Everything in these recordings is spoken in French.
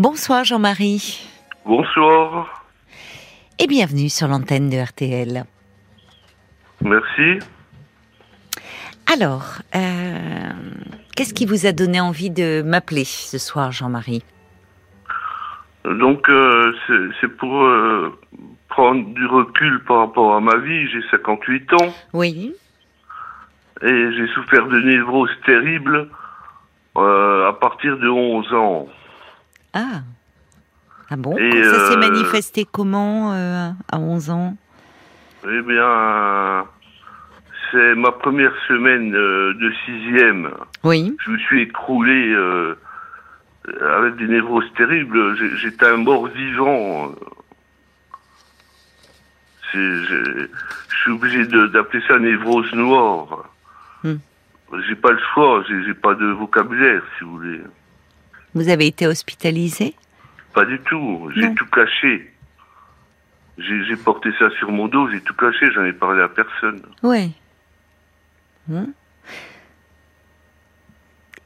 Bonsoir Jean-Marie Bonsoir. et bienvenue sur l'antenne de RTL. Merci. Alors, euh, qu'est-ce qui vous a donné envie de m'appeler ce soir Jean-Marie Donc, euh, c'est- c'est pour euh, prendre du recul par rapport à ma vie. J'ai 58 ans Oui, et j'ai souffert de névrose terrible euh, à partir de 11 ans. ah ah bon Et, Ça s'est euh, manifesté comment euh, à 11 ans Eh bien, c'est ma première semaine euh, de sixième. Oui, Je me suis écroulé euh, avec des névroses terribles. J'ai- J'étais un mort vivant. C'est- Je je suis obligé de- d'appeler ça névrose noire. Hmm. J'ai pas le choix, j'ai j'ai pas de vocabulaire, si vous voulez. vous avez été hospitalisée Pas du tout. J'ai Non. tout caché. J'ai j'ai porté ça sur mon dos, j'ai tout caché, j'en ai parlé à personne. Oui. Hum.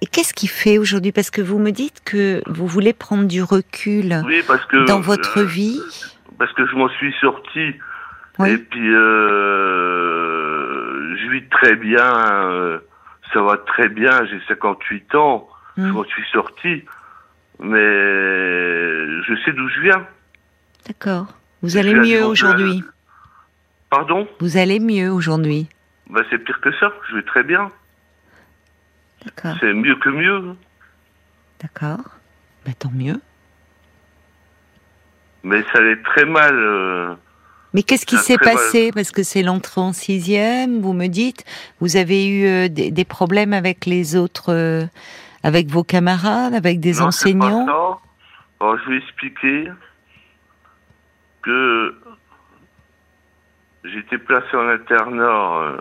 Et qu'est-ce qui fait aujourd'hui Parce que vous me dites que vous voulez prendre du recul Oui, parce que dans votre euh, vie. parce que je m'en suis sorti. Oui. Et puis, euh, je vis très bien, euh, ça va très bien, j'ai 58 ans, je Hum, m'en suis sorti, mais je sais d'où je viens. D'accord. Vous Je allez suis à mieux nouveau- aujourd'hui. Pardon Vous allez mieux aujourd'hui. ben, C'est pire que ça, je vais très bien, D'accord. c'est mieux que mieux, D'accord. Bah, tant mieux. mais ça allait très mal. euh, Mais qu'est-ce qui Ah, s'est très mal. passé Parce que c'est l'entrée en sixième, vous me dites. Vous avez eu euh, des, des problèmes avec les autres, euh, avec vos camarades, avec des Non, c'est pas enseignants ça. Alors, je vais expliquer que j'étais placé en internat euh,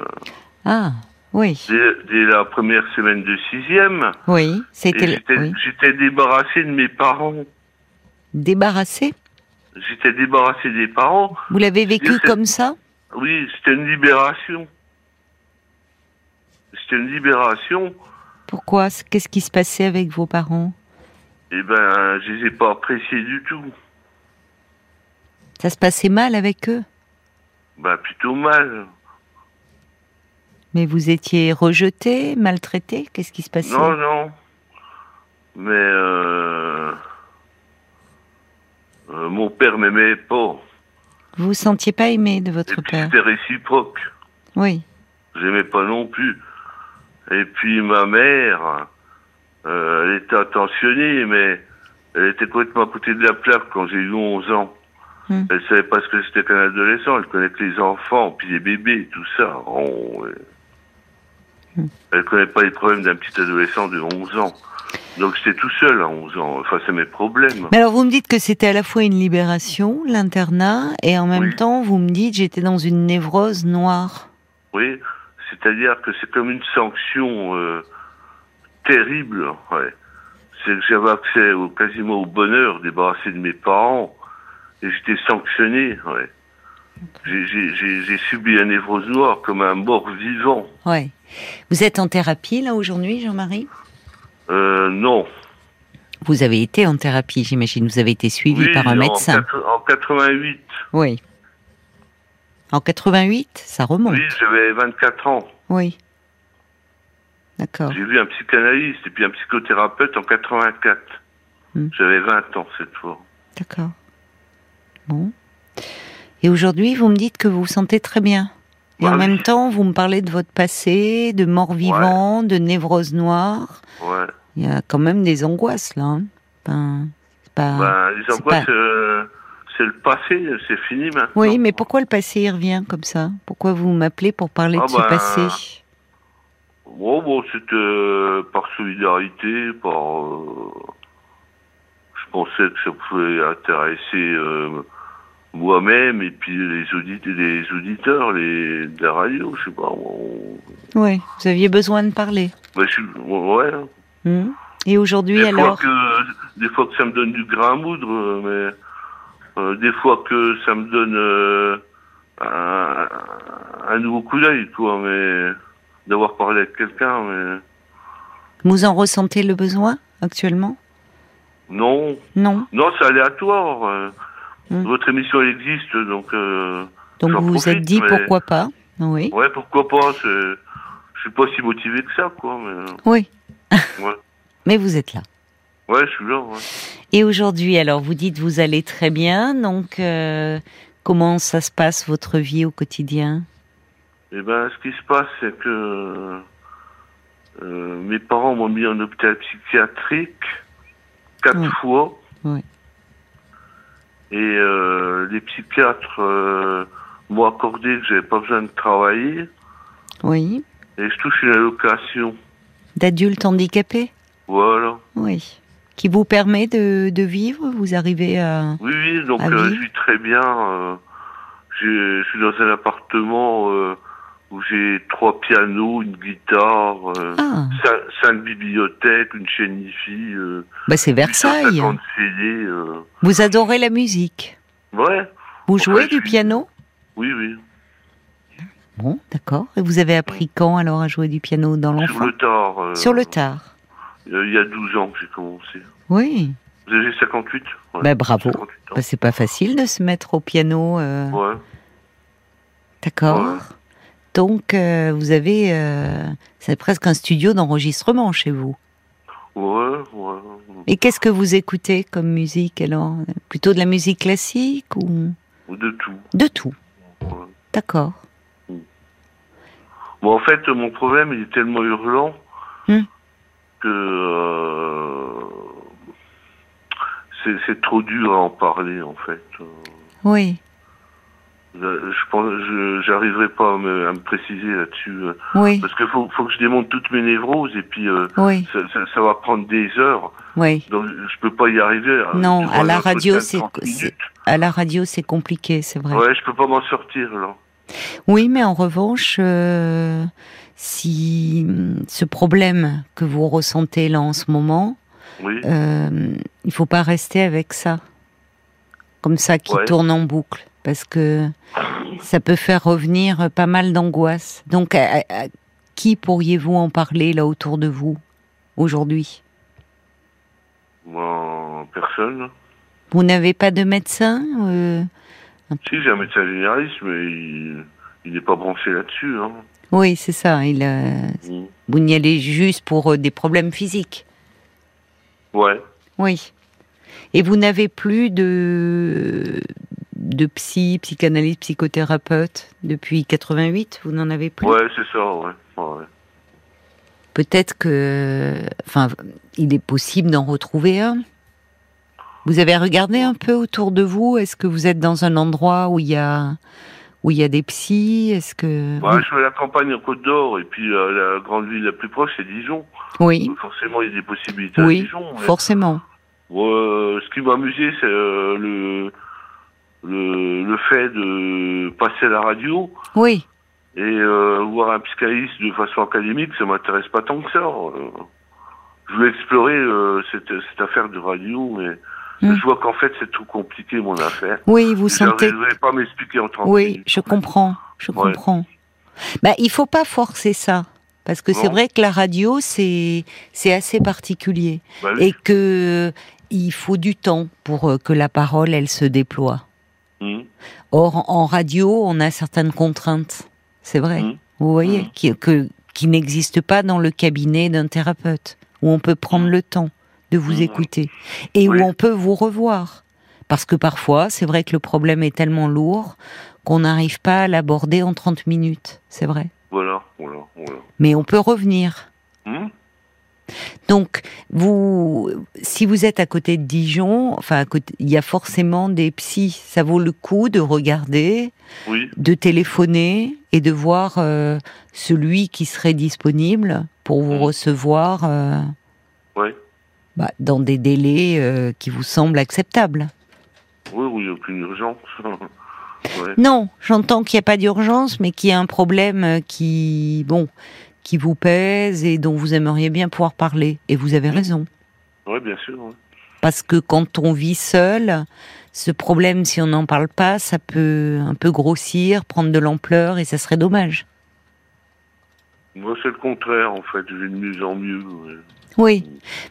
Ah, oui, dès, dès la première semaine de sixième. oui. Et C'était J'étais oui. j'étais débarrassé de mes parents. débarrassé. J'étais débarrassé des parents. Vous l'avez vécu c'est- comme ça Oui, c'était une libération. C'était une libération. Pourquoi C'est- Qu'est-ce qui se passait avec vos parents Eh ben, je les ai pas appréciés du tout. Ça se passait mal avec eux, Ben, plutôt mal. mais vous étiez rejeté, maltraité. Qu'est-ce qui se passait Non, non. Mais euh, euh, mon père m'aimait pas. Vous vous sentiez pas aimé de Et votre puis père c'était réciproque. Oui. J'aimais pas non plus. Et puis ma mère, euh, elle était attentionnée, mais elle était complètement à côté de la plaque quand j'ai eu 11 ans. Hmm. Elle savait pas ce que c'était qu'un adolescent. Elle connaissait les enfants, puis les bébés, tout ça. On- euh, Hmm. Elle connaît pas les problèmes d'un petit adolescent de 11 ans. Donc j'étais tout seul à 11 ans face à mes problèmes. Mais alors vous me dites que c'était à la fois une libération, l'internat, et en même Oui. temps vous me dites j'étais dans une névrose noire. Oui, c'est-à-dire que c'est comme une sanction euh, terrible. Ouais. C'est que j'avais accès au, quasiment au bonheur débarrassé de mes parents et j'étais sanctionné. Ouais. J'ai- J'ai j'ai- j'ai subi la névrose noire comme un mort vivant. Ouais. Vous êtes en thérapie là aujourd'hui, Jean-Marie Euh, non. Vous avez été en thérapie, j'imagine. Vous avez été suivi Oui, par un en médecin. quatre- En, 88. Oui. En 88, ça remonte. Oui, j'avais 24 ans. Oui. D'accord. J'ai vu un psychanalyste et puis un psychothérapeute en 84. Hmm. J'avais 20 ans cette fois. D'accord. Bon. Et aujourd'hui, vous me dites que vous vous sentez très bien. Et Bah en oui. même temps, vous me parlez de votre passé, de mort vivant, de névrose noire. Ouais. Il y a quand même des angoisses là. hein. Ben, c'est pas... Ben, les c'est angoisses, pas- euh, c'est le passé, c'est fini maintenant. oui, mais pourquoi le passé il revient comme ça Pourquoi vous m'appelez pour parler Ah de ce ben, passé Bon, bon, c'était euh, par solidarité, par. euh, je pensais que ça pouvait intéresser euh, moi-même et puis les, audite- les auditeurs les, de la radio, je sais pas. on- Oui, vous aviez besoin de parler. ben, je suis- ouais. Hmm. Et aujourd'hui, des alors fois que des fois que ça me donne du grain à moudre, euh, mais euh, des fois que ça me donne euh, un, un nouveau coup d'œil, quoi, mais d'avoir parlé avec quelqu'un, mais Vous en ressentez le besoin actuellement Non, Non. non, c'est aléatoire. euh. Hmm. Votre émission elle existe, donc. euh, Donc J'en vous vous êtes profite, dit mais- pourquoi pas Oui. Ouais, pourquoi pas c'est- Je suis pas si motivé que ça, quoi. Mais... Oui. Ouais. Mais vous êtes là. Ouais, je suis là. ouais. Et aujourd'hui, alors vous dites vous allez très bien, donc euh, comment ça se passe votre vie au quotidien Eh ben, ce qui se passe, c'est que euh, mes parents m'ont mis en hôpital psychiatrique quatre Oui. fois. Oui. Et euh, les psychiatres euh, m'ont accordé que j'avais pas besoin de travailler Oui. et je touche une allocation. D'adultes handicapés Voilà. Oui. Qui vous permet de, de vivre Vous arrivez à... Oui, oui, donc Ah euh, oui. je suis très bien. euh, j'ai- je suis dans un appartement euh, où j'ai trois pianos, une guitare, euh, Ah, cin- cinq bibliothèques, une chaîne IFI, euh, bah c'est Versailles. 850 CD. euh. Vous adorez la musique. Ouais, Vous Enfin, jouez je du suis- piano oui, oui. Bon, d'accord. Et vous avez appris quand alors à jouer du piano dans Sur l'enfant le tard. euh, Sur le tard. euh, Il y a 12 ans que j'ai commencé. Oui. Vous avez 58 ouais, Bah, bravo. 58 ans. Bah, c'est pas facile de se mettre au piano. euh, Ouais. D'accord. Ouais. Donc euh, vous avez, euh, c'est presque un studio d'enregistrement chez vous. Ouais, ouais. Et qu'est-ce que vous écoutez comme musique alors Plutôt de la musique classique ou De tout. de tout ouais. D'accord. Bon, en fait, mon problème, il est tellement hurlant Hmm. que euh, c'est- c'est trop dur à en parler, en fait. Euh, Oui. là, Je pense, je- j'arriverai pas à me, à me préciser là-dessus, euh, Oui. parce qu'il faut, faut que je démonte toutes mes névroses et puis euh, Oui. ça, ça- ça va prendre des heures, Oui. donc je peux pas y arriver. hein. Non, Tu à la vois, un radio, entretien de c'est- 30 c'est- minutes. À la radio, c'est compliqué, c'est vrai. Ouais, je peux pas m'en sortir là. Oui, mais en revanche, euh, si hum, ce problème que vous ressentez là en ce moment, Oui. euh, il faut pas rester avec ça, comme ça, qui Ouais. tourne en boucle, parce que ça peut faire revenir pas mal d'angoisse. Donc, à, à- à qui pourriez-vous en parler là autour de vous aujourd'hui Moi, personne. Vous n'avez pas de médecin euh, Si j'ai un médecin généraliste, mais il il n'est pas branché là-dessus. Hein. Oui, c'est ça. Il, euh, Mm. vous n'y allez juste pour euh, des problèmes physiques. Ouais. Oui. Et vous n'avez plus de de psy, psychanalyste, psychothérapeute depuis 88, vous n'en avez plus. Ouais, c'est ça, ouais. ouais. Peut-être que enfin il est possible d'en retrouver un. Vous avez regardé un peu autour de vous, est-ce que vous êtes dans un endroit où il y a où il y a des psys, est-ce que Bah, je suis à la campagne en Côte d'Or, et puis euh, la grande ville la plus proche, c'est Dijon. Oui, Donc, Forcément, il y a des possibilités à oui, Dijon. mais- forcément. Bon, euh, ce qui m'a amusé, c'est euh, le, le, le fait de passer à la radio Oui. et euh, voir un psychanalyste de façon académique, ça m'intéresse pas tant que ça. Euh, je voulais explorer euh, cette, cette affaire de radio, mais Mm. je vois qu'en fait, c'est trop compliqué, mon affaire. Oui, vous Je sentez n'arriverai pas à m'expliquer en 30 Oui, minutes. je comprends, je Ouais. comprends. Bah, il faut pas forcer ça, parce que c'est Non. vrai que la radio, c'est c'est assez particulier Bah oui. et que il faut du temps pour euh, que la parole elle se déploie. Mm. Or, en radio, on a certaines contraintes, c'est vrai. Mhm. Vous voyez, Mhm. qui, que- qui n'existent pas dans le cabinet d'un thérapeute, où on peut prendre le temps de vous Mhm. écouter et Oui. où on peut vous revoir. Parce que parfois, c'est vrai que le problème est tellement lourd qu'on n'arrive pas à l'aborder en 30 minutes, c'est vrai. Voilà, voilà, voilà. Mais on peut revenir. Hmm Donc, vous, si vous êtes à côté de Dijon, enfin, à côté- il y a forcément des psys. Ça vaut le coup de regarder, oui, de téléphoner et de voir euh, celui qui serait disponible pour vous Mhm. recevoir euh, ouais. bah, dans des délais euh, qui vous semblent acceptables. Oui, oui, aucune urgence. ouais. Non, j'entends qu'il n'y a pas d'urgence, mais qu'il y a un problème euh, qui, bon, qui vous pèse et dont vous aimeriez bien pouvoir parler. Et vous avez Mhm. raison. ouais, bien sûr. ouais. Parce que quand on vit seul, ce problème, si on n'en parle pas, ça peut un peu grossir, prendre de l'ampleur et ça serait dommage. Moi, c'est le contraire, en fait. Je vais de mieux en mieux. ouais. Oui,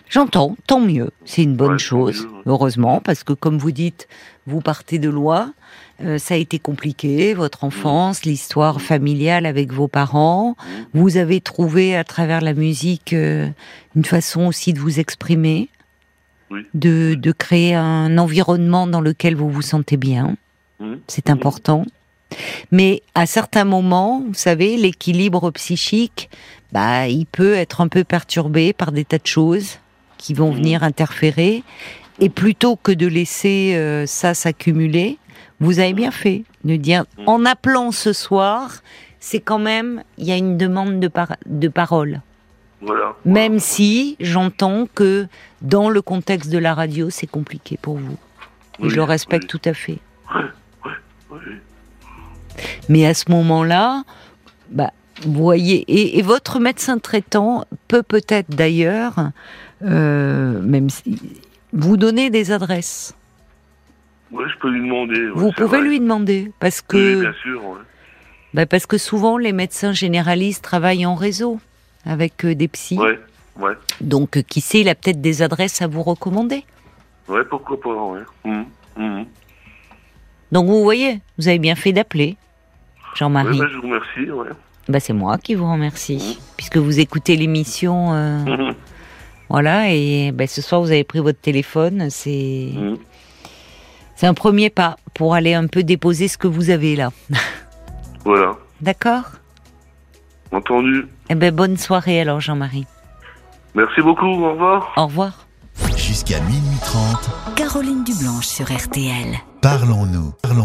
j'entends, tant mieux, c'est une bonne Ouais, tant chose, mieux, ouais. heureusement, parce que comme vous dites, vous partez de loin, euh, ça a été compliqué, votre Mm. enfance, l'histoire familiale avec vos parents, Mm. vous avez trouvé à travers la musique euh, une façon aussi de vous exprimer, Oui. de, de créer un environnement dans lequel vous vous sentez bien, Hmm. c'est important. Mais à certains moments, vous savez, l'équilibre psychique, bah, il peut être un peu perturbé par des tas de choses qui vont Mhm. venir interférer. Et plutôt que de laisser euh, ça s'accumuler, vous avez bien fait de dire, Mhm. en appelant ce soir, c'est quand même, il y a une demande de, par- de parole. Voilà. Même si j'entends que dans le contexte de la radio, c'est compliqué pour vous. Et Oui, je le respecte oui, tout à fait. oui. Mais à ce moment-là, bah, vous voyez, et, et votre médecin traitant peut peut-être d'ailleurs, euh, même si, vous donner des adresses. Ouais, je peux lui demander. ouais, vous c'est pouvez vrai. lui demander, parce Oui, que, bien sûr. ouais. bah, parce que souvent les médecins généralistes travaillent en réseau avec euh, des psys. Ouais, ouais. Donc, euh, qui sait, il a peut-être des adresses à vous recommander. Ouais, pourquoi pas, ouais. Hmm, hmm. Donc, vous voyez, vous avez bien fait d'appeler, Ouais, Jean-Marie. bah, je vous remercie, ouais. Bah, c'est moi qui vous remercie, puisque vous écoutez l'émission. euh, Mmh, Voilà, et ben, ce soir, vous avez pris votre téléphone. C'est Hmm. c'est un premier pas pour aller un peu déposer ce que vous avez là. Voilà. D'accord Entendu. Eh ben, bonne soirée alors, Jean-Marie. Merci beaucoup, au revoir. Au revoir. Jusqu'à minuit 30, Caroline Dublanche sur RTL. parlons-nous. Parlons